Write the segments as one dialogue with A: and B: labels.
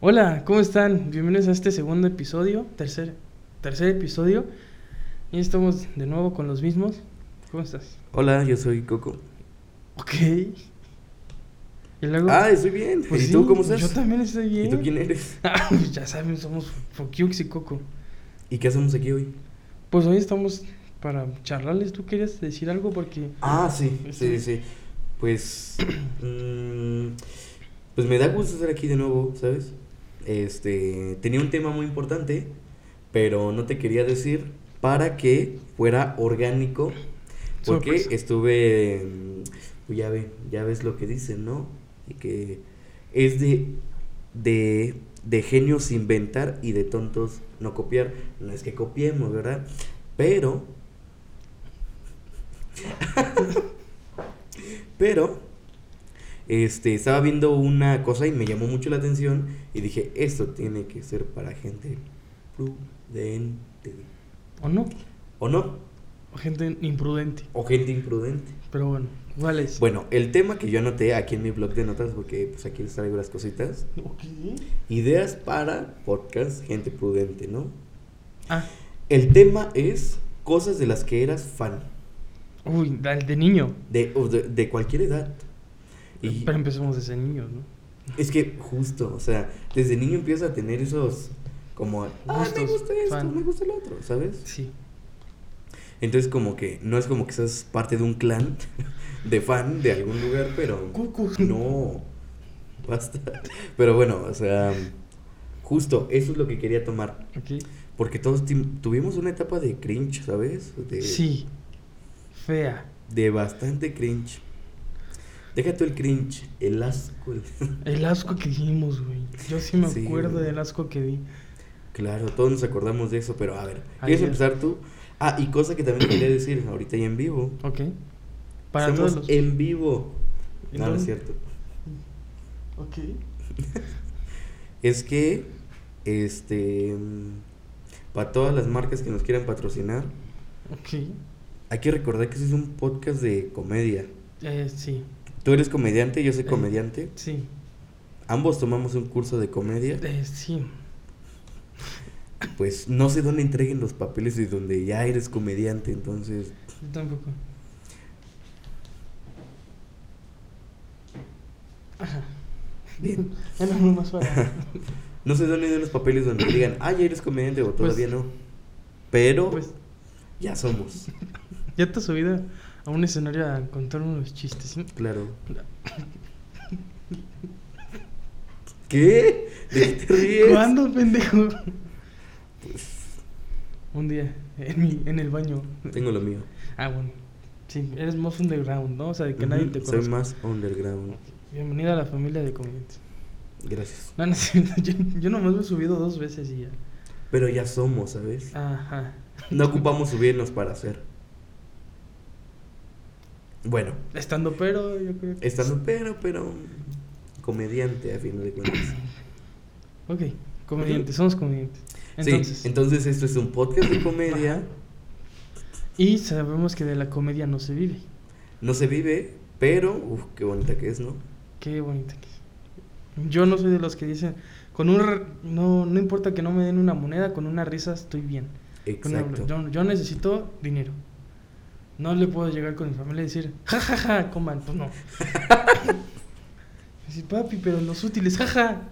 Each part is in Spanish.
A: Hola, ¿cómo están? Bienvenidos a este segundo episodio, tercer, tercer episodio. Y estamos de nuevo con los mismos. ¿Cómo estás?
B: Hola, yo soy Coco.
A: Ok. ¿Y luego?
B: Ah, estoy bien.
A: Pues
B: ¿Y
A: sí,
B: tú cómo estás?
A: Yo también estoy bien.
B: ¿Y tú quién eres?
A: Ah, pues ya saben, somos Fokiux y Coco.
B: ¿Y qué hacemos aquí hoy?
A: Pues hoy estamos para charlarles. ¿Tú querías decir algo? Porque...
B: Ah, sí, sí,
A: Sí.
B: sí. sí. Pues. mm, pues me da gusto estar aquí de nuevo, ¿sabes? Este. Tenía un tema muy importante, pero no te quería decir para que fuera orgánico. Porque
A: Sorpresa.
B: estuve. mm, pues ya, ve, ya ves lo que dicen, ¿no? Y que es de, de, de genios inventar y de tontos no copiar. No es que copiemos, ¿verdad? Pero. pero. Este, estaba viendo una cosa y me llamó mucho la atención y dije, esto tiene que ser para gente prudente.
A: ¿O no?
B: ¿O no?
A: O gente imprudente.
B: O gente imprudente.
A: Pero bueno, ¿cuál es?
B: Bueno, el tema que yo anoté aquí en mi blog de notas, porque pues aquí les traigo las cositas.
A: Ok.
B: Ideas para podcast, gente prudente, ¿no?
A: Ah,
B: El tema es cosas de las que eras fan,
A: uy, el de niño.
B: de, o de, de cualquier edad. Y
A: Pero empezamos desde niños, ¿no?
B: es que justo, o sea, desde niño empiezas a tener esos como, ah, me
A: Gustos,
B: gusta esto,
A: fan.
B: me gusta el otro, ¿sabes?
A: Sí.
B: Entonces como que no es como que seas parte de un clan de fan de algún lugar, pero...
A: Cucu.
B: No, basta. Pero bueno, o sea, justo eso es lo que quería tomar.
A: Ok.
B: Porque todos tim- tuvimos una etapa de cringe, ¿sabes? De,
A: Sí. Fea.
B: De bastante cringe. Deja tú el cringe, el asco. el-
A: El asco que dimos, güey. Yo sí me
B: Sí,
A: acuerdo
B: güey.
A: del asco que di.
B: Claro, todos nos acordamos de eso, pero a ver,
A: Ay,
B: ¿quieres
A: ya.
B: empezar tú? Ah, y cosa que también quería decir, ahorita ya en vivo.
A: Ok. Para
B: Estamos
A: todos los.
B: en vivo.
A: ¿En
B: No, no es
A: dónde?
B: cierto.
A: Ok.
B: Es que, este, para todas las marcas que nos quieran patrocinar,
A: Ok.
B: Hay que recordar que ese es un podcast de comedia.
A: Eh, sí.
B: Tú eres comediante, yo soy
A: Eh.
B: comediante.
A: Sí.
B: Ambos tomamos un curso de comedia.
A: Eh, sí.
B: Pues no sé dónde entreguen los papeles de donde ya eres comediante, entonces.
A: Yo tampoco. Ajá.
B: Bien.
A: Era muy más para.
B: No sé dónde den los papeles donde digan, ah, ya eres comediante o todavía no. Pero
A: Pues,
B: ya somos.
A: ya te has subido a un escenario a contar unos chistes, ¿sí?
B: Claro. ¿Qué? ¿De qué te ríes? Pues,
A: ¿Cuándo, pendejo? Un día, en, mi, en el baño.
B: Tengo lo mío.
A: Ah, bueno. Sí, eres más underground, ¿no? O sea, de que nadie
B: Ujú,
A: te
B: Soy
A: conoce.
B: más underground.
A: Bienvenida a la familia de comediantes.
B: Gracias.
A: No, no, es cierto, yo, yo nomás me he subido dos veces y ya.
B: Pero ya somos, ¿sabes?
A: Ajá.
B: No ocupamos subirnos para hacer. Bueno,
A: Estando pero, yo creo que...
B: estando pero, pero comediante a fin de cuentas.
A: Ok, comediantes, somos comediantes. Entonces,
B: Entonces, sí, entonces esto es un podcast de comedia,
A: y sabemos que de la comedia no se vive.
B: no se vive, pero, uf, qué bonita que es, ¿no?
A: Qué bonita que es. Yo no soy de los que dicen, con un... r- No, no importa que no me den una moneda, con una risa estoy bien. Con una-
B: Exacto.
A: yo, yo necesito dinero. No le puedo llegar con mi familia y decir, jajaja, ja, ja, coman, pues no. Decir, papi, pero los útiles, jaja.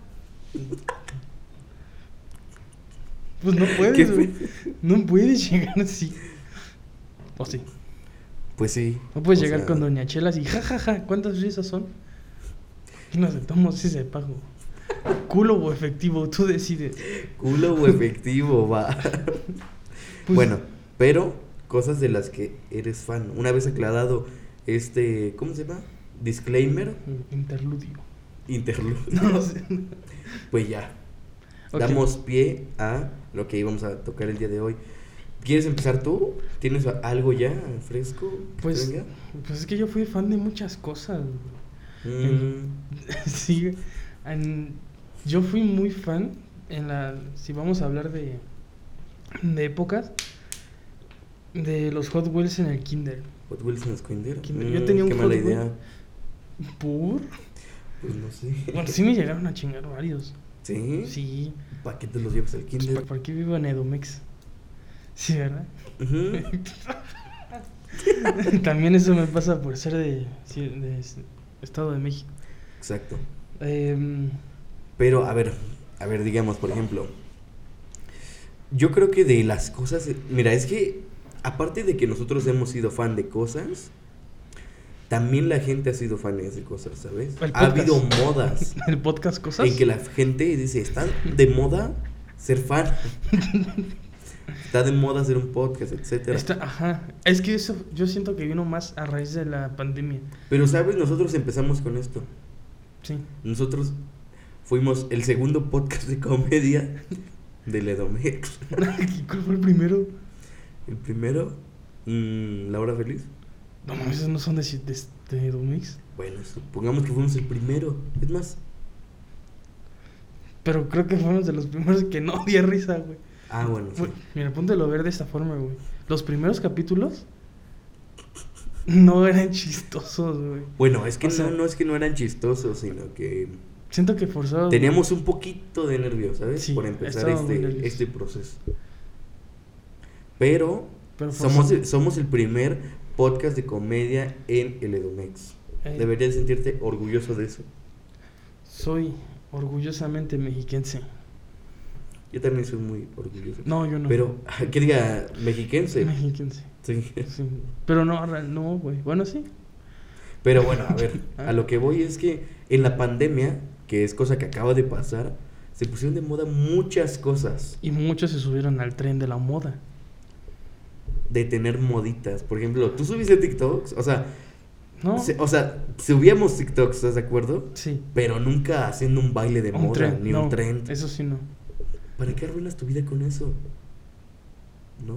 A: Pues no
B: Qué
A: puedes, güey.
B: fe-
A: No puedes llegar así. O sí.
B: Pues sí.
A: No puedes
B: o
A: llegar
B: sea,
A: con Doña Chelas y jajaja, ja, ja, ¿cuántas risas son? Y nos sentamos ese pago. Culo o efectivo, tú decides.
B: Culo o efectivo, va.
A: Pues-
B: bueno, pero cosas de las que eres fan. Una vez aclarado este, ¿cómo se llama? Disclaimer,
A: Interludio.
B: interlude.
A: No sé.
B: Pues ya,
A: Ok.
B: Damos pie a lo que íbamos a tocar el día de hoy. ¿Quieres empezar tú? ¿Tienes a- algo ya fresco? que te
A: Pues,
B: venga?
A: pues es que yo fui fan de muchas cosas. güey.
B: Mm,
A: sí, güey. En- yo fui muy fan en la, si vamos a hablar de, de épocas, de los Hot Wheels en el Kinder.
B: Hot Wheels en los Kinder.
A: Kinder. Yo
B: Mm,
A: tenía un
B: Qué
A: Hot
B: mala
A: Wheel.
B: idea.
A: ¿Por?
B: Pues no sé.
A: Bueno, sí me llegaron a chingar varios.
B: ¿Sí?
A: Sí.
B: ¿Para qué te los llevas al
A: Pues,
B: kinder?
A: ¿Por por qué vivo en Edomex? Sí, ¿verdad?
B: Ujú.
A: También eso me pasa por ser de, sí, de s- Estado de México.
B: Exacto.
A: Em,
B: Pero, a ver, a ver, digamos, por ejemplo, yo creo que de las cosas, mira, es que aparte de que nosotros hemos sido fan de cosas, también la gente ha sido fan de cosas, ¿sabes?
A: El
B: Ha
A: podcast.
B: habido modas
A: el podcast Cosas.
B: en que la gente dice, está de moda ser fan. está de moda hacer un podcast, etcétera.
A: Está- ajá. Es que eso yo siento que vino más a raíz de la pandemia.
B: Pero, ¿sabes? Nosotros empezamos con esto.
A: Sí.
B: Nosotros fuimos el segundo podcast de comedia del Edomex.
A: ¿Cuál fue el primero?
B: El primero, mm, La Hora Feliz.
A: No, mames, esos no son de, si- de, de Edomex.
B: Bueno, supongamos que fuimos el primero. Es más,
A: Pero creo que fuimos de los primeros que no di risa, güey.
B: ah, bueno, sí.
A: Güey, Mira, póntelo a ver de esta forma, güey. Los primeros capítulos no eran chistosos, güey.
B: Bueno, es que
A: O sea-
B: no, no es que no eran chistosos, sino que
A: Siento que forzados. güey.
B: teníamos un poquito de nervios, ¿sabes?
A: Sí,
B: Por empezar
A: estaba muy nervioso.
B: este, este proceso. Pero,
A: Pero
B: somos,
A: forzado.
B: el- somos el primer podcast de comedia en el Edomex.
A: Eh,
B: Deberías sentirte orgulloso de eso.
A: Soy orgullosamente mexiquense.
B: Yo también soy muy orgulloso.
A: No, yo no.
B: Pero, que diga mexiquense.
A: Mexiquense.
B: Sí.
A: sí. Pero no, ra- no, güey. Bueno, sí.
B: Pero bueno, a ver, a lo que voy es que en la pandemia, que es cosa que acaba de pasar, se pusieron de moda muchas cosas
A: Y muchos se subieron al tren de la moda.
B: de tener moditas. Por ejemplo, tú subiste TikToks, o sea,
A: ¿No?
B: se- o sea, subíamos TikToks, ¿estás de acuerdo?
A: Sí.
B: Pero nunca haciendo un baile de
A: Un
B: moda,
A: trend,
B: ni
A: no,
B: un trend.
A: Eso sí, no.
B: ¿Para qué arruinas tu vida con eso? ¿No?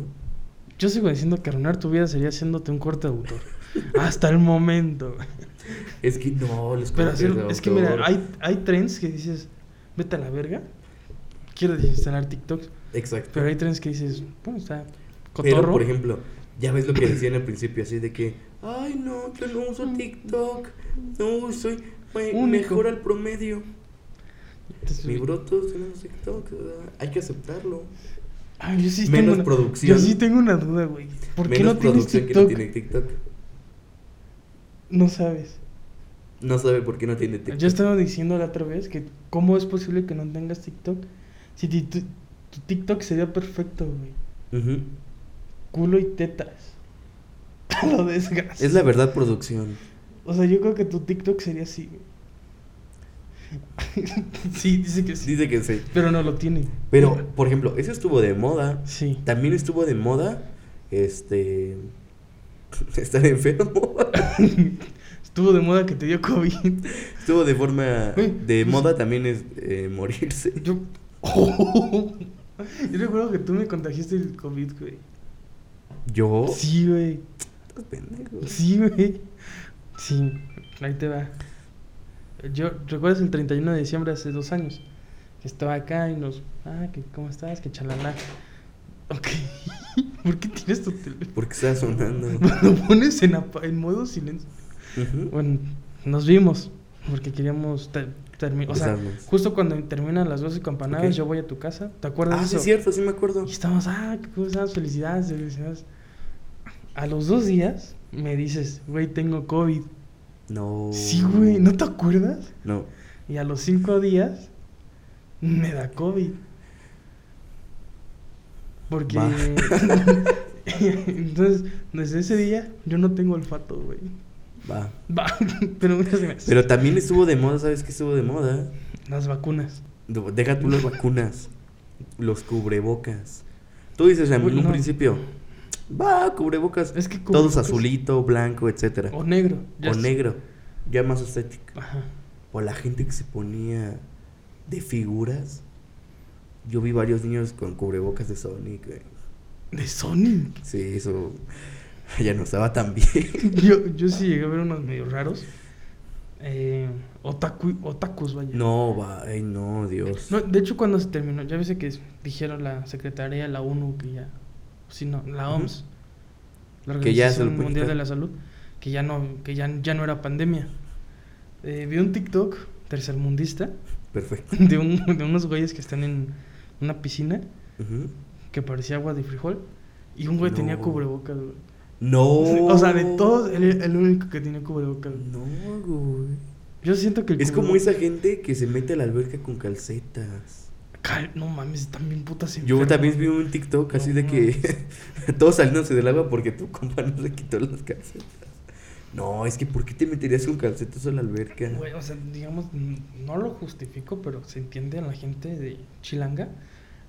A: Yo sigo diciendo que arruinar tu vida sería haciéndote un corte de autor. Hasta el momento. güey.
B: Es que no, los
A: Pero
B: cortes de
A: hacer- es que mira,
B: autor.
A: hay, hay trends que dices, vete a la verga. Quiero desinstalar TikToks.
B: Exacto.
A: Pero hay trends que dices, bueno, está cotorro.
B: Pero, por ejemplo, ya ves lo que decían al principio, así de que, ay, no, yo no uso TikTok, no soy me-
A: Mm. Único.
B: mejor al promedio.
A: Entonces,
B: Mi bro, todos tenemos TikTok, ¿verdad? hay que aceptarlo.
A: ay, yo sí tengo
B: menos
A: una-
B: producción.
A: Yo sí tengo una duda, güey. ¿Por qué
B: Menos
A: no tienes
B: producción
A: TikTok?
B: que no tiene TikTok.
A: No sabes.
B: No sabe por qué no tiene TikTok.
A: Yo estaba diciendo la otra vez que cómo es posible que no tengas TikTok. Si ti- tu, tu TikTok sería perfecto, güey.
B: Ujú.
A: Culo y tetas. Lo desgracias.
B: Es la verdad, producción.
A: O sea, yo creo que tu TikTok sería así, güey. sí, dice que sí.
B: Dice que sí.
A: Pero no lo tiene.
B: Pero, por ejemplo, eso estuvo de moda.
A: Sí.
B: También estuvo de moda, este... Estar enfermo.
A: Estuvo de moda que te dio COVID.
B: estuvo de forma...
A: Güey,
B: De
A: pues-
B: moda también es eh, morirse.
A: Yo. Yo recuerdo que tú me contagiaste el COVID, güey.
B: ¿Yo?
A: Sí, güey.
B: Estás pendejo.
A: Sí, güey. Sí, ahí te va. Yo, ¿recuerdas el 31 de diciembre hace dos años? Que estaba acá y nos... Ah, que cómo estás, que chalala. Ok. ¿Por qué tienes tu teléfono?
B: ¿Por qué está sonando?
A: Lo pones en, apa- en modo silencio.
B: Ujú.
A: Bueno, nos vimos porque queríamos terminar... O sea,
B: Besarnos.
A: justo cuando terminan las 12 campanadas
B: Ok.
A: yo voy a tu casa. ¿Te acuerdas
B: Ah,
A: de
B: sí
A: eso?
B: es cierto, sí me acuerdo.
A: Y estamos, ah, qué cosas, felicidades, felicidades. A los dos días me dices, güey, tengo COVID.
B: No.
A: Sí, güey, ¿no te acuerdas?
B: No.
A: Y a los cinco días me da COVID. Porque.
B: Va.
A: Entonces, desde ese día yo no tengo olfato, güey.
B: Va.
A: Va, pero una se me hace.
B: Pero también estuvo de moda, ¿sabes qué estuvo de moda?
A: Las vacunas.
B: Du- Deja tú las vacunas. Los cubrebocas. Tú dices en
A: Uy,
B: un
A: no.
B: principio. Va, cubrebocas.
A: Es que.
B: Todos
A: cubrebocas-
B: azulito, blanco, etcétera.
A: O negro. ya
B: O
A: es-
B: negro. Ya más estético.
A: Ajá.
B: O la gente que se ponía de figuras. Yo vi varios niños con cubrebocas de Sonic, güey.
A: De Sonic.
B: Sí, eso ya no estaba tan bien.
A: Yo, yo sí llegué a ver unos medio raros. Eh, otaku, otakus, vaya.
B: No, va, ay, no, Dios.
A: No, de hecho, cuando se terminó, ya viste que dijeron la Secretaría, de la ONU, que ya. Sí, no, la
B: Ujú.
A: OMS. La
B: Que ya se
A: Organización
B: lo puede
A: Mundial de
B: quitar.
A: la Salud. Que ya no, que ya, ya no era pandemia. Eh, vi un TikTok tercermundista
B: Perfecto.
A: de, un- de unos güeyes que están en una piscina
B: Ujú.
A: que parecía agua de frijol. Y un güey tenía
B: No.
A: cubrebocas, güey.
B: No.
A: O sea, de todos, él era el único que tenía cubrebocas. güey.
B: No, güey.
A: Yo siento que el
B: Es como
A: cubreboc-
B: esa gente que se mete a la alberca con calcetas.
A: Cal- No mames, están bien putas
B: Yo
A: enfermas,
B: también
A: güey.
B: vi un TikTok así
A: No
B: de que todos saliéndose del agua porque tu compa no se quitó las calcetas. No, es que ¿por qué te meterías con calcetas a la alberca?
A: Ah, Güey, o sea, digamos, n- no lo justifico, pero se entiende a la gente de Chilanga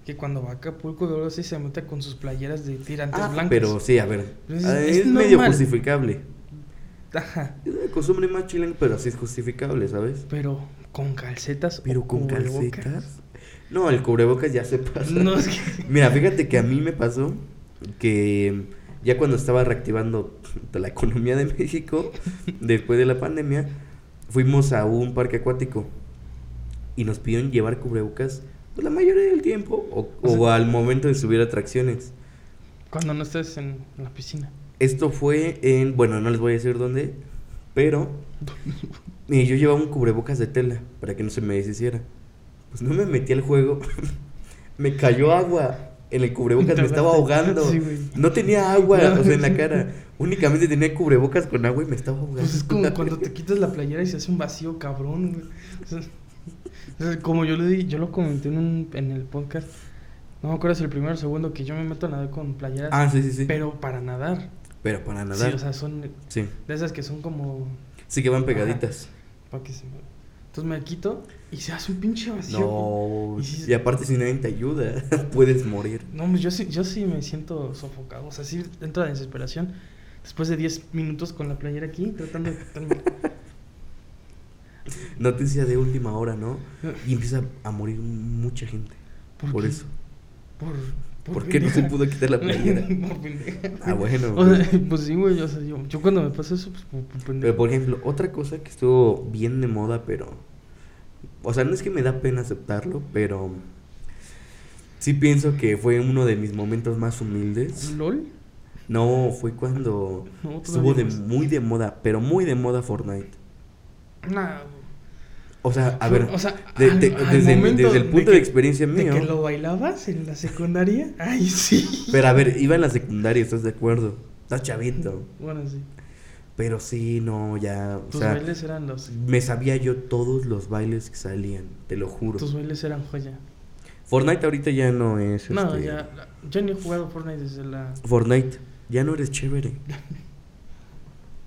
A: que cuando va a Acapulco o algo así se mete con sus playeras de tirantes
B: Ah,
A: blancos.
B: pero sí, a ver.
A: Pues es-
B: ah,
A: es
B: es medio
A: normal.
B: justificable.
A: Ajá,
B: Es una costumbre más chilanga, pero así es justificable, ¿sabes?
A: pero con calcetas. o
B: Pero con
A: cubrebocas.
B: calcetas. No, el cubrebocas ya se pasa.
A: No, es que...
B: Mira, fíjate que a mí me pasó que ya cuando estaba reactivando la economía de México, después de la pandemia, fuimos a un parque acuático y nos pidieron llevar cubrebocas pues, la mayoría del tiempo o,
A: O sea-
B: o al momento de subir atracciones.
A: Cuando no estés en la piscina.
B: Esto fue en, bueno, no les voy a decir dónde, pero eh, yo llevaba un cubrebocas de tela para que no se me deshiciera. Pues no me metí al juego, me cayó agua en el cubrebocas,
A: Te
B: me estaba
A: ahogaste.
B: ahogando.
A: Sí, güey.
B: No tenía agua,
A: No.
B: o sea, en la cara. Únicamente tenía cubrebocas con agua y me estaba ahogando.
A: Pues es como cuando te quitas la playera y se hace un vacío cabrón, güey. O sea, o sea, como yo lo di, yo lo comenté en, un, en el podcast. No me acuerdo si el primero o el segundo que yo me meto a nadar con playeras,
B: Ah, sí, sí, sí. Pero,
A: pero para nadar.
B: para nadar.
A: Sí,
B: Sí,
A: o sea, son de
B: sí.
A: esas que son como
B: que van pegaditas.
A: para que se me- Entonces me quito y se hace un pinche vacío. güey.
B: No.
A: Y sí-
B: Y aparte, si nadie te ayuda, puedes morir.
A: No, hombre, yo sí, yo sí me siento sofocado, o sea, sí dentro de la desesperación. Después de 10 minutos con la playera aquí, tratando de quitarme.
B: Noticia de última hora, ¿no? Y empieza a morir mucha gente. Por,
A: qué?
B: eso.
A: Por,
B: Porque no se
A: pendeja.
B: pudo quitar la playera.
A: Por pendeja.
B: Ah, bueno.
A: O sea, pues sí, güey. O sea, yo, yo cuando me pasa eso, pues por, por pendejo.
B: Pero por ejemplo, otra cosa que estuvo bien de moda, pero. O sea, no es que me da pena aceptarlo, pero. Sí pienso que fue uno de mis momentos más humildes.
A: ¿LOL?
B: No, fue cuando
A: No,
B: estuvo de,
A: todavía no.
B: muy de moda, pero muy de moda Fortnite.
A: Nah, güey.
B: O sea, a
A: Fue-
B: ver,
A: o sea,
B: de-
A: al-
B: de-
A: al
B: desde, mi-
A: momento
B: desde el punto de,
A: que-
B: experiencia
A: ¿De
B: mío.
A: que lo bailabas en la secundaria? Ay, sí.
B: Pero a ver, iba en la secundaria, ¿estás de acuerdo? Estás chavito.
A: Bueno, sí.
B: Pero sí, no, ya. O
A: Tus
B: sea,
A: bailes eran los.
B: me sabía yo todos los bailes que salían, te lo juro.
A: Tus bailes eran joya.
B: Fortnite ahorita ya no es.
A: No,
B: este,
A: ya. Yo ni he jugado Fortnite desde la.
B: Fortnite, ya no eres chévere.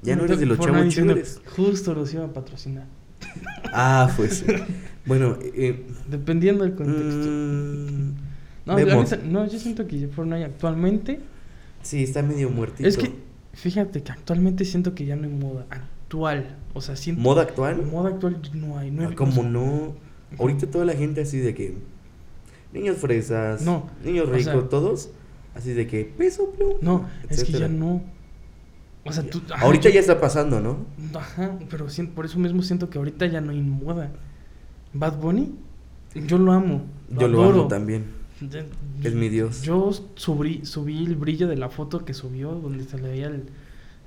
B: Ya no eres de los
A: Fortnite
B: chavos
A: diciendo,
B: chéveres.
A: Justo los iba a patrocinar.
B: Ah, pues. Bueno, eh,
A: Dependiendo del contexto.
B: mm,
A: no, la
B: vemos.
A: neta, no, yo siento que Fortnite actualmente
B: sí, está medio muertito.
A: Es que, fíjate que actualmente siento que ya no hay moda. Actual. O sea, siento.
B: ¿Moda actual?
A: Moda actual no hay. No hay
B: Ah, como
A: o sea,
B: no. Ahorita toda la gente así de que. Niños fresas,
A: No,
B: niños
A: o
B: ricos,
A: sea-
B: todos. Así de que peso, pluma,
A: No, es que ya
B: etcétera.
A: no. O sea, tú. ajá,
B: Ahorita
A: yo-
B: ya está pasando, ¿no?
A: Ajá, pero sien- por eso mismo siento que ahorita ya no hay moda. Bad Bunny, yo lo amo.
B: Yo lo
A: adoro.
B: amo también.
A: Ya-
B: Es mi dios.
A: Yo subí, subí el brillo de la foto que subió donde se le veía el,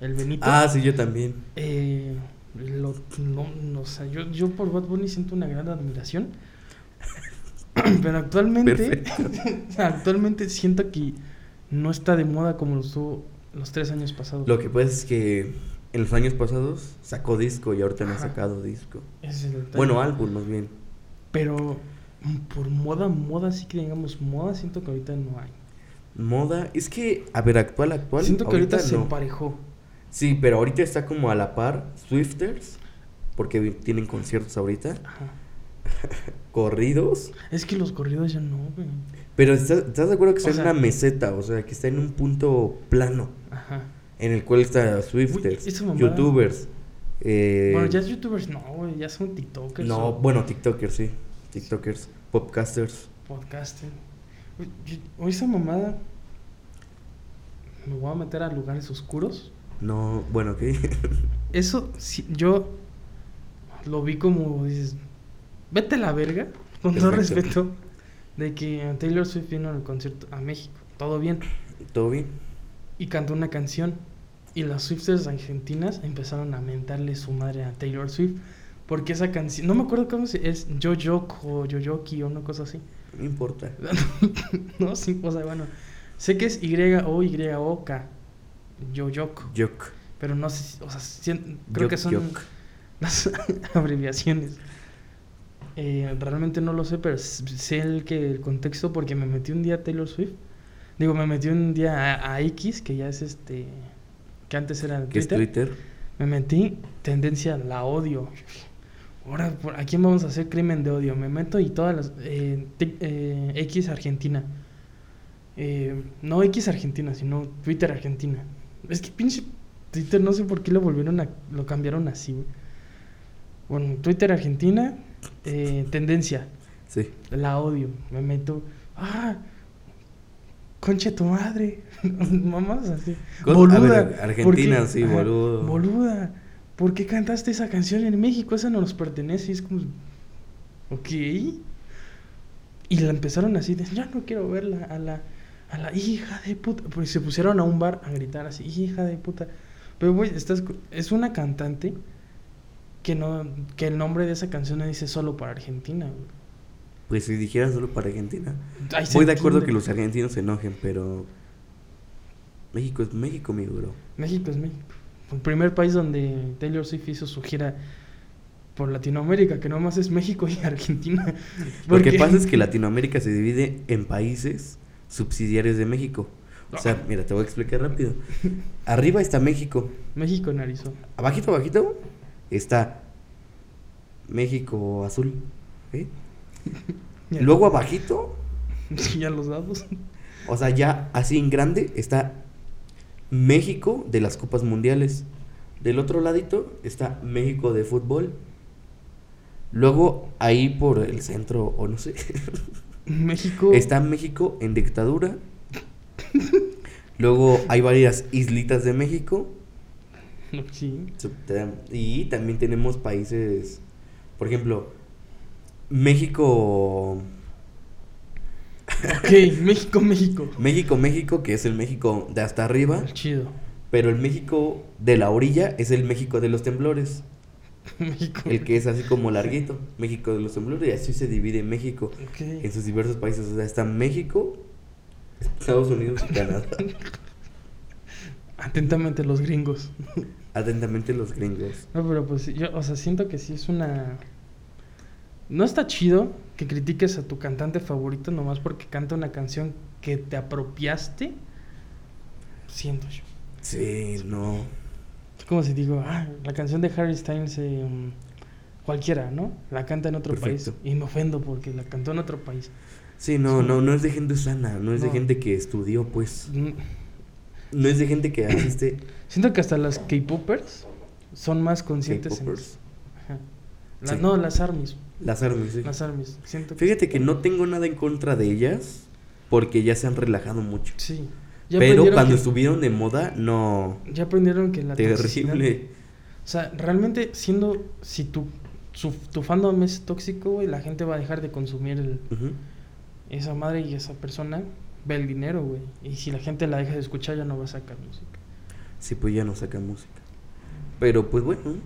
A: el Benito.
B: Ah, sí, yo también.
A: Eh, lo- no, no, o sea, yo, yo por Bad Bunny siento una gran admiración. Pero actualmente, actualmente siento que no está de moda como lo estuvo los tres años pasados.
B: Lo que pasa es que en los años pasados sacó disco y ahorita no ha
A: Ajá.
B: sacado disco.
A: Ese es el detalle.
B: Bueno, álbum más bien.
A: Pero mm, por moda, moda, sí que digamos moda, siento que ahorita no hay.
B: Moda, es que, a ver, actual, actual.
A: Siento que ahorita, se
B: no.
A: emparejó.
B: Sí, pero ahorita está como a la par Swifters, porque vi- tienen conciertos ahorita,
A: Ajá.
B: corridos.
A: Es que los corridos ya no, güey.
B: Pero ¿estás, estás de acuerdo que
A: O
B: está en
A: sea-
B: una meseta? O sea, que está en un punto plano
A: Ajá.
B: en el cual está Swifters,
A: esa mamada.
B: YouTubers. eh,
A: bueno, ya youtubers no, güey, ya son tiktokers.
B: No,
A: o-
B: bueno, TikTokers, sí. TikTokers, podcasters.
A: podcasting. Uy, yo- O esa mamada. Me voy a meter a lugares oscuros.
B: No, bueno, ok.
A: Eso sí, yo lo vi como dices, vete a la verga, con todo
B: Perfecto.
A: respeto, de que Taylor Swift vino al concierto a México, todo bien,
B: ¿Todo bien?
A: y cantó una canción. Y las Swifters argentinas empezaron a mentarle su madre a Taylor Swift Porque esa canción, no me acuerdo cómo se es Yoyoko o Yoyoki o una cosa así.
B: No importa.
A: no, sí, o sea, bueno. Sé que es Y-O-Y-O-K. Yoyoko.
B: Yok.
A: Pero no sé, si- o sea, sien- creo
B: yok,
A: que son
B: yok.
A: las abreviaciones. Eh, realmente no lo sé, pero s- sé el, que, el contexto porque me metí un día a Taylor Swift. Digo, me metí un día a, a X, que ya es este. que antes era
B: ¿Qué es
A: Twitter.
B: Twitter?
A: Me metí, tendencia, la odio. Ahora, ¿por- ¿a quién vamos a hacer crimen de odio? Me meto y todas las. eh, tic- eh, X Argentina. Eh, no X Argentina, sino Twitter Argentina. Es que pinche Twitter, no sé por qué lo volvieron a. lo cambiaron así, güey. Bueno, Twitter Argentina, eh, tendencia,
B: Sí.
A: la odio. Me meto. ¡Ah! Conche tu madre. Mamás así.
B: Con- a
A: Boluda.
B: ver, Argentina,
A: ¿por qué?
B: sí,
A: Ajá,
B: boludo.
A: Boluda. ¿Por qué cantaste esa canción en México? Esa no nos pertenece. Es como. Ok. Y la empezaron así. De, ya no quiero verla. A la, a la hija de puta. Porque se pusieron a un bar a gritar así. Hija de puta. Pero, güey, estás, cu- es una cantante que, no, que el nombre de esa canción no dice solo para Argentina. güey.
B: Pues si dijera solo para Argentina.
A: Ahí se
B: Voy de acuerdo
A: entiende.
B: que los argentinos se enojen, pero. México es México, mi bro.
A: México es México. El primer país donde Taylor Swift hizo su gira por Latinoamérica, que nomás es México y Argentina.
B: Lo que pasa es que Latinoamérica se divide en países subsidiarios de México. O sea, mira, te voy a explicar rápido. Arriba está México.
A: México en Arizona.
B: Abajito, abajito está México azul. ¿ok?
A: Ya-
B: Luego abajito,
A: Ya los dados.
B: o sea, ya así en grande está México de las Copas Mundiales. Del otro ladito está México de fútbol. Luego ahí por el centro, o no sé,
A: México.
B: Está México en dictadura. Luego hay varias islitas de México.
A: Sí.
B: Sup- te- Y también tenemos países. Por ejemplo, México.
A: Ok, México, México.
B: México, México, que es el México de hasta arriba.
A: Chido.
B: Pero el México de la orilla es el México de los temblores.
A: México.
B: El que es así como larguito. México de los temblores. Y así se divide México en
A: Ok.
B: sus diversos países. O sea, está México, Estados Unidos y Canadá.
A: Atentamente los gringos.
B: Atentamente los gringos.
A: No, pero pues yo, o sea, siento que sí es una. No está chido que critiques a tu cantante favorito nomás porque canta una canción que te apropiaste. Siento yo.
B: Sí, no.
A: Es como si digo, ah, la canción de Harry Styles, eh, mm, cualquiera, ¿no? La canta en otro país.
B: Perfecto.
A: Y me ofendo porque la cantó en otro país.
B: Sí, no,
A: Sí.
B: no, no es de gente sana, no es de
A: No.
B: gente que estudió, pues.
A: Mm,
B: No es de gente que asiste
A: Siento que hasta las K-popers son más conscientes en
B: K-popers.
A: Ajá. Las-
B: Sí.
A: No, las armies.
B: Las armas, sí.
A: Las armies. Siento que.
B: Fíjate que no tengo nada en contra de ellas porque ya se han relajado mucho.
A: Sí. Ya
B: Pero
A: aprendieron
B: cuando
A: que-
B: estuvieron de moda, no.
A: Ya aprendieron que la toxicidad-
B: Terrible.
A: O sea, realmente siendo, si tu, su- tu fandom es tóxico, güey, la gente va a dejar de consumir el-
B: Ujú.
A: esa madre y esa persona ve el dinero, güey. Y si la gente la deja de escuchar, ya no va a sacar música.
B: Sí, pues ya no saca música. Pero pues bueno,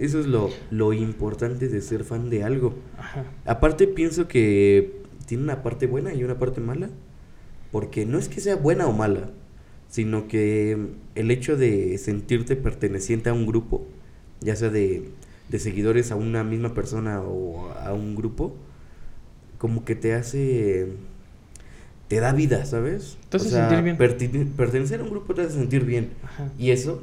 B: eso es lo, lo importante de ser fan de algo.
A: Ajá.
B: Aparte pienso que tiene una parte buena y una parte mala, porque no es que sea buena o mala, sino que el hecho de sentirte perteneciente a un grupo, ya sea de, de seguidores a una misma persona o a un grupo, como que te hace, te da vida, ¿sabes?
A: Te hace sentir bien.
B: pertene- pertenecer a un grupo te hace sentir bien.
A: Ajá.
B: Y eso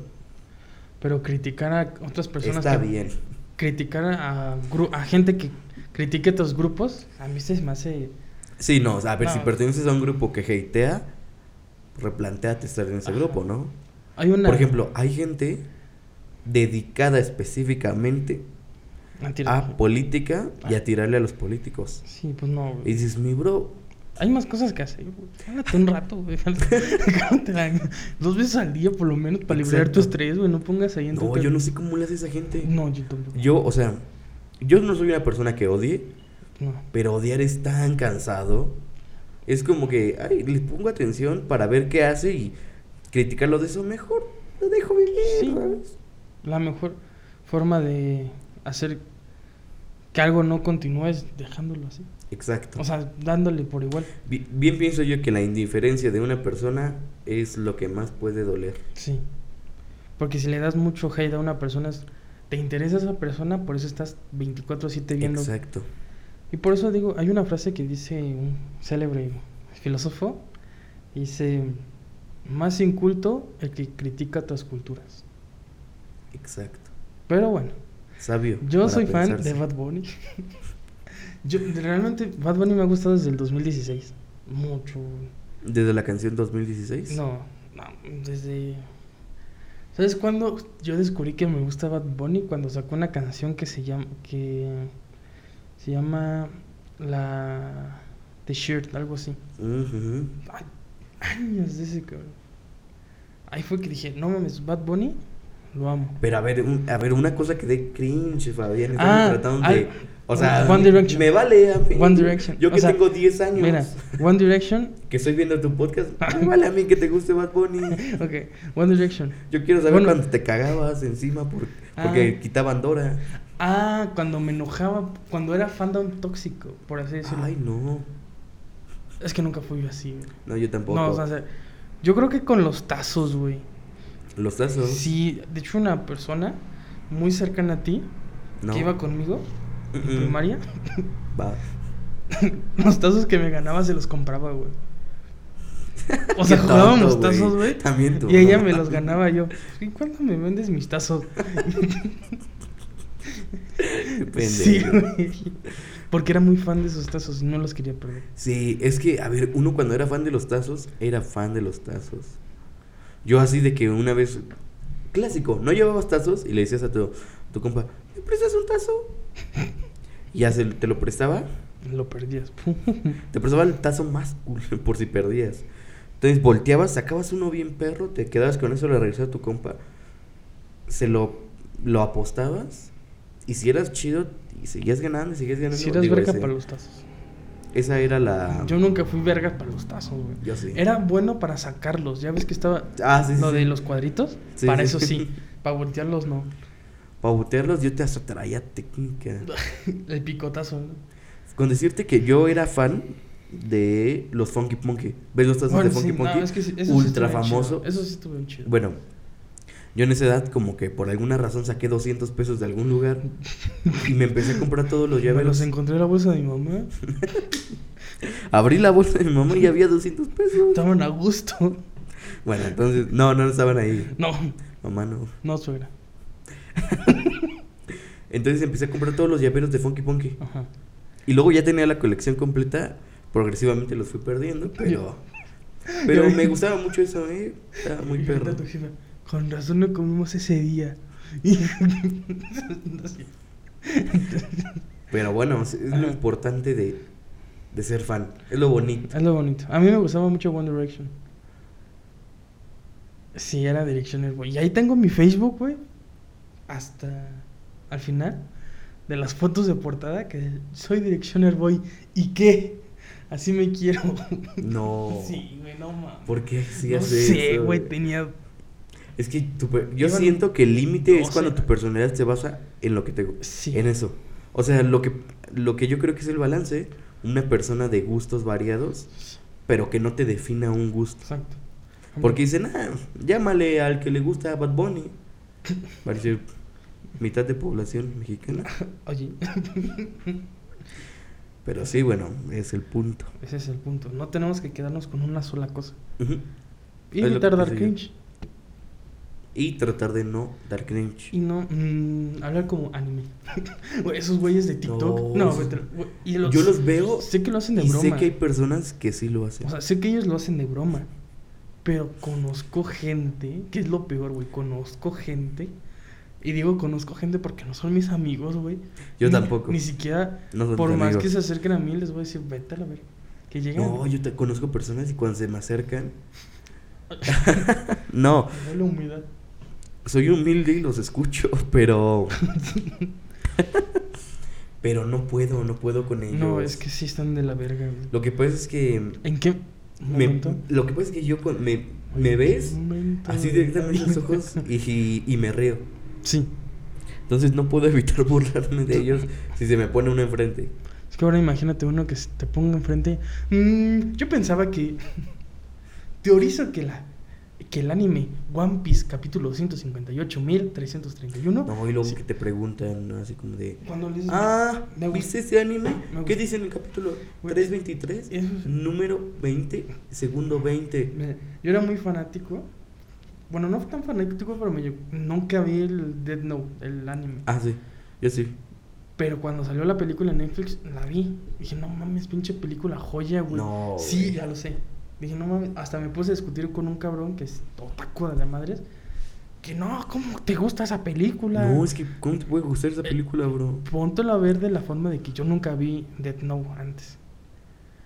A: Pero criticar a otras personas.
B: está
A: que-
B: bien.
A: Criticar a, gru- a gente que critique tus grupos, a mí se me hace.
B: Sí, no, o sea, a ver, si
A: No.
B: perteneces a un grupo que hatea, replanteate estar en ese
A: Ajá.
B: grupo, ¿no?
A: Hay una.
B: Por ejemplo, hay gente dedicada específicamente
A: mentira.
B: a política y
A: Ah.
B: a tirarle a los políticos.
A: Sí, pues no,
B: Y
A: güey.
B: dices, mi bro,
A: Hay más cosas que hacer, güey. Cálmate un rato, güey. Cálmate la- Dos veces al día, por lo menos, para liberar tu
B: Exacto.
A: estrés, güey. No pongas ahí en
B: no,
A: Twitter.
B: yo no sé cómo le hace esa gente.
A: No, yo tampoco.
B: Yo, o sea, yo no soy una persona que odie,
A: No.
B: pero odiar es tan cansado. Es como que, ay, le pongo atención para ver qué hace y criticarlo de eso mejor. Lo dejo vivir,
A: Sí.
B: ¿sabes?
A: La mejor forma de hacer que algo no continúes dejándolo así.
B: Exacto.
A: O sea, dándole por igual.
B: Bi- bien pienso yo que la indiferencia de una persona es lo que más puede doler.
A: Sí. Porque si le das mucho hate a una persona, es- te interesa esa persona, por eso estás 24-7 viendo.
B: Exacto.
A: Y por eso digo, hay una frase que dice un célebre filósofo, dice, más inculto el que critica otras culturas.
B: Exacto.
A: Pero bueno,
B: Sabio.
A: yo
B: para
A: soy fan
B: pensarse.
A: de Bad Bunny. yo de- realmente Bad Bunny me ha gustado desde el 2016. Mucho.
B: Desde la canción 2016.
A: No, no, desde... ¿Sabes cuándo yo descubrí que me gusta Bad Bunny? Cuando sacó una canción que se llama... que se llama La... The Shirt, algo así.
B: Ujú.
A: Ay, años de ese cabrón. Ahí fue que dije, no mames, Bad Bunny, lo amo.
B: Pero a ver, un- a ver, una cosa que dé cringe, Fabián. Estamos
A: Ah,
B: tratando
A: al-
B: de. O sea,
A: One Direction.
B: me vale. a mí.
A: One Direction.
B: Yo
A: O
B: que
A: sea,
B: tengo 10 años.
A: Mira, One Direction,
B: Que estoy viendo tu podcast. Me vale a mí que te guste Bad Bunny.
A: ok, One Direction.
B: Yo quiero saber
A: Bueno.
B: cuando te cagabas encima por- porque
A: Ah.
B: quitaban Dora.
A: Ah, cuando me enojaba, cuando era fandom tóxico, por así decirlo.
B: Ay, no.
A: Es que nunca fui así, güey.
B: No, yo tampoco.
A: No, o sea, yo creo que con los tazos, güey.
B: Los tazos.
A: Sí, de hecho una persona muy cercana a ti,
B: No.
A: que iba conmigo, en
B: Mm-mm.
A: primaria,
B: Va.
A: los tazos que me ganaba se los compraba, güey. O sea,
B: Qué tonto,
A: jugábamos tazos, güey.
B: También tú.
A: Y ella me los ganaba yo. ¿Y cuándo me vendes mis tazos? Sí,
B: Pendejo.
A: güey. Porque era muy fan de esos tazos y no los quería perder.
B: Sí, es que, a ver, uno cuando era fan de los tazos, era fan de los tazos. Yo así de que una vez, clásico, no llevabas tazos y le decías a tu, tu compa, ¿me prestas un tazo? Y ya se- te lo prestaba,
A: Lo perdías.
B: te prestaba el tazo más cool, por si perdías. Entonces volteabas, sacabas uno bien perro, te quedabas con eso, le regresabas a tu compa, se lo, lo apostabas y si eras chido y seguías ganando y seguías ganando.
A: Si eras
B: Digo,
A: verga
B: ese-
A: para los tazos.
B: Esa era la...
A: Yo nunca fui verga para los tazos, güey.
B: Yo sí.
A: Era bueno para sacarlos. Ya ves que estaba
B: Ah, sí, sí,
A: lo
B: sí.
A: de los cuadritos.
B: Sí,
A: para
B: sí.
A: eso sí. Para voltearlos, no.
B: Para botearlos yo te hasta traía técnica.
A: El picotazo, ¿no?
B: Con decirte que yo era fan de los Funky Punky. ¿Ves los tazos
A: Bueno,
B: de Funky
A: sí, no,
B: Punky?
A: es que sí, eso sí
B: Ultra
A: estuvo bien chido.
B: famoso.
A: Eso sí estuvo bien chido.
B: Bueno, yo en esa edad como que por alguna razón saqué 200 pesos de algún lugar y me empecé a comprar todos los
A: Me los
B: llaveros.
A: encontré en la bolsa de mi mamá.
B: Abrí la bolsa de mi mamá y había 200 pesos.
A: Estaban a gusto.
B: Bueno, entonces, no, no estaban ahí.
A: No,
B: Mamá no.
A: no, suegra.
B: Entonces empecé a comprar todos los llaveros de Funky Punky.
A: Ajá.
B: Y luego ya tenía la colección completa. Progresivamente los fui perdiendo, pero. Pero
A: Yo-
B: me gustaba mucho eso, ¿eh? Estaba muy
A: Y ahorita
B: perro.
A: tu jefa, Con razón no comimos ese día. Y- Así.
B: Pero bueno, es es lo
A: Ajá.
B: importante de, de ser fan. Es lo bonito.
A: es lo bonito. A mí me gustaba mucho One Direction. Sí, era Directioner, güey. Y ahí tengo mi Facebook, güey. Hasta al final de las fotos de portada que soy Directioner Boy. ¿Y qué? Así me quiero.
B: No.
A: Sí, güey, no mames.
B: ¿Por qué sí
A: no
B: haces
A: sé,
B: eso,
A: güey, tenía
B: Es que tu per- yo
A: Iban
B: siento que el límite es
A: 12.
B: cuando tu personalidad se basa en lo que te gu-
A: Sí.
B: en eso. O sea, lo que lo que yo creo que es el balance, una persona de gustos variados, pero que no te defina un gusto.
A: Exacto.
B: Porque dicen, ah, llámale al que le gusta a Bad Bunny. Parece mitad de población mexicana.
A: Oye,
B: Pero sí, bueno, es el punto.
A: ese es el punto. No tenemos que quedarnos con una sola cosa.
B: Ujú.
A: Y
B: Es lo que
A: evitar dar
B: persigue.
A: cringe.
B: Y tratar de no dar cringe.
A: Y no mm, hablar como anime. Güey, Esos güeyes de TikTok.
B: No,
A: No,
B: eso-
A: güey, te lo- güey, y
B: Yo los veo
A: Sé que lo hacen de
B: y
A: broma. ¿eh?
B: sé que hay personas que sí lo hacen.
A: O sea, sé que ellos lo hacen de broma. Pero conozco gente, que es lo peor, güey. Conozco gente. Y digo conozco gente porque no son mis amigos, güey.
B: Yo
A: Ni-
B: tampoco.
A: Ni siquiera,
B: No son
A: por
B: mis
A: más
B: amigos.
A: que se acerquen a mí, les voy a decir, vete a la verga. Que lleguen.
B: no, yo te conozco personas y cuando se me acercan. no,
A: Me da la humedad.
B: soy humilde y los escucho, pero. pero no puedo, no puedo con ellos.
A: No, es que sí están de la verga, güey.
B: Lo que pasa es que.
A: ¿En qué
B: me-
A: momento?
B: lo que pasa es que yo con- me,
A: ¿En qué
B: me ves
A: momento
B: así
A: de la
B: directamente en los
A: vida?
B: ojos y, y- y me río.
A: Sí.
B: Entonces no puedo evitar burlarme de ellos si se me pone uno enfrente.
A: Es que ahora imagínate uno que se te ponga enfrente. Mm, yo pensaba que. Teorizo que la. Que el anime One Piece capítulo 158.331.
B: No, y luego que te preguntan, ¿no? así como de.
A: Cuando le dices,
B: Ah,
A: Me gusta.
B: ¿viste ese anime?
A: Me
B: ¿Qué
A: gusta.
B: dice en el capítulo
A: Güey,
B: 323?
A: eso es-
B: Número 20, segundo 20.
A: me- yo era muy fanático. Bueno, no tan fanático, pero me, nunca vi el Dead Note, el anime.
B: Ah, sí, yo sí.
A: Pero cuando salió la película en Netflix, la vi. Dije, no mames, pinche película joya, güey.
B: No,
A: Sí,
B: güey.
A: ya lo sé. Dije, no mames, hasta me puse a discutir con un cabrón que es otaku de la madres. Que no, ¿cómo te gusta esa película?
B: No, es que, ¿cómo te puede gustar esa película, bro?
A: Póntelo a ver de la forma de que yo nunca vi Death Note antes.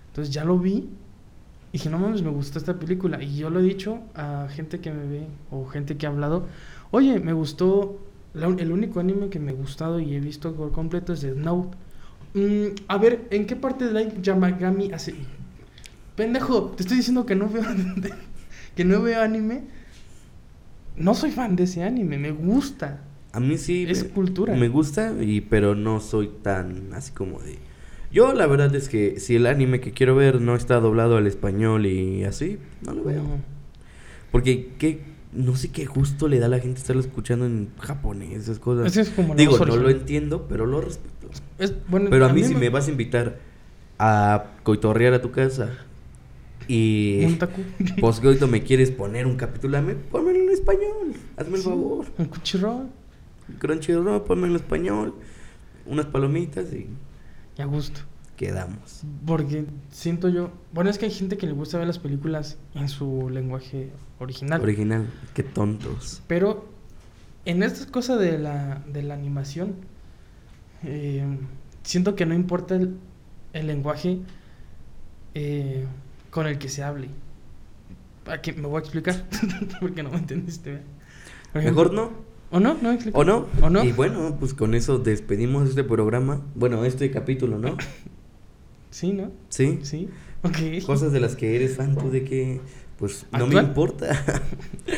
A: Entonces ya lo vi. Y dije, no mames, me gustó esta película. Y yo lo he dicho a gente que me ve o gente que ha hablado. Oye, me gustó. la un- el único anime que me ha gustado y he visto por completo es Death Note. Mm, a ver, ¿en qué parte de Light Yamagami hace.? Pendejo, te estoy diciendo que no veo. que no veo anime. No soy fan de ese anime, me gusta.
B: A mí sí.
A: Es
B: me-
A: cultura.
B: Me gusta, y, pero no soy tan así como de. Yo, la verdad es que si el anime que quiero ver no está doblado al español y así, no lo veo.
A: No.
B: Porque, ¿qué? No sé qué gusto le da a la gente estarlo escuchando en japonés, esas cosas.
A: Ese es como lo
B: Digo,
A: más
B: no lo
A: original.
B: entiendo, pero lo respeto.
A: Es- bueno,
B: Pero a mí, si me
A: va
B: vas a invitar a coitorrear a tu casa
A: Un
B: y
A: taco. pues,
B: poscoito Pues me quieres poner un capítulo, dame- pónmelo en español. Hazme el
A: Sí,
B: favor.
A: Un cuchirro.
B: Crunchyroll, ponme en español. Unas palomitas y
A: Y a gusto.
B: quedamos.
A: Porque siento yo. Bueno, es que hay gente que le gusta ver las películas en su lenguaje original.
B: Original, qué tontos.
A: Pero en estas cosas de la, de la animación, eh, siento que no importa el, el lenguaje eh, con el que se hable. ¿Para qué? Me voy a explicar. Porque no me entendiste. ¿verdad? Por ejemplo-
B: Mejor no,
A: ¿O no? ¿No me explico?
B: o no.
A: ¿O no?
B: Y bueno, pues con eso despedimos este programa. Bueno, este capítulo, ¿no?
A: Sí, ¿no?
B: Sí.
A: Sí. Ok.
B: Cosas de las que eres fan tú de que, pues no me
A: ¿Actual?
B: importa.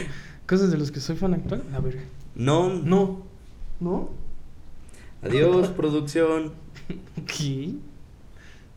A: Cosas de los que soy fan actual. A ver.
B: no,
A: No. ¿No?
B: Adiós, producción.
A: Ok.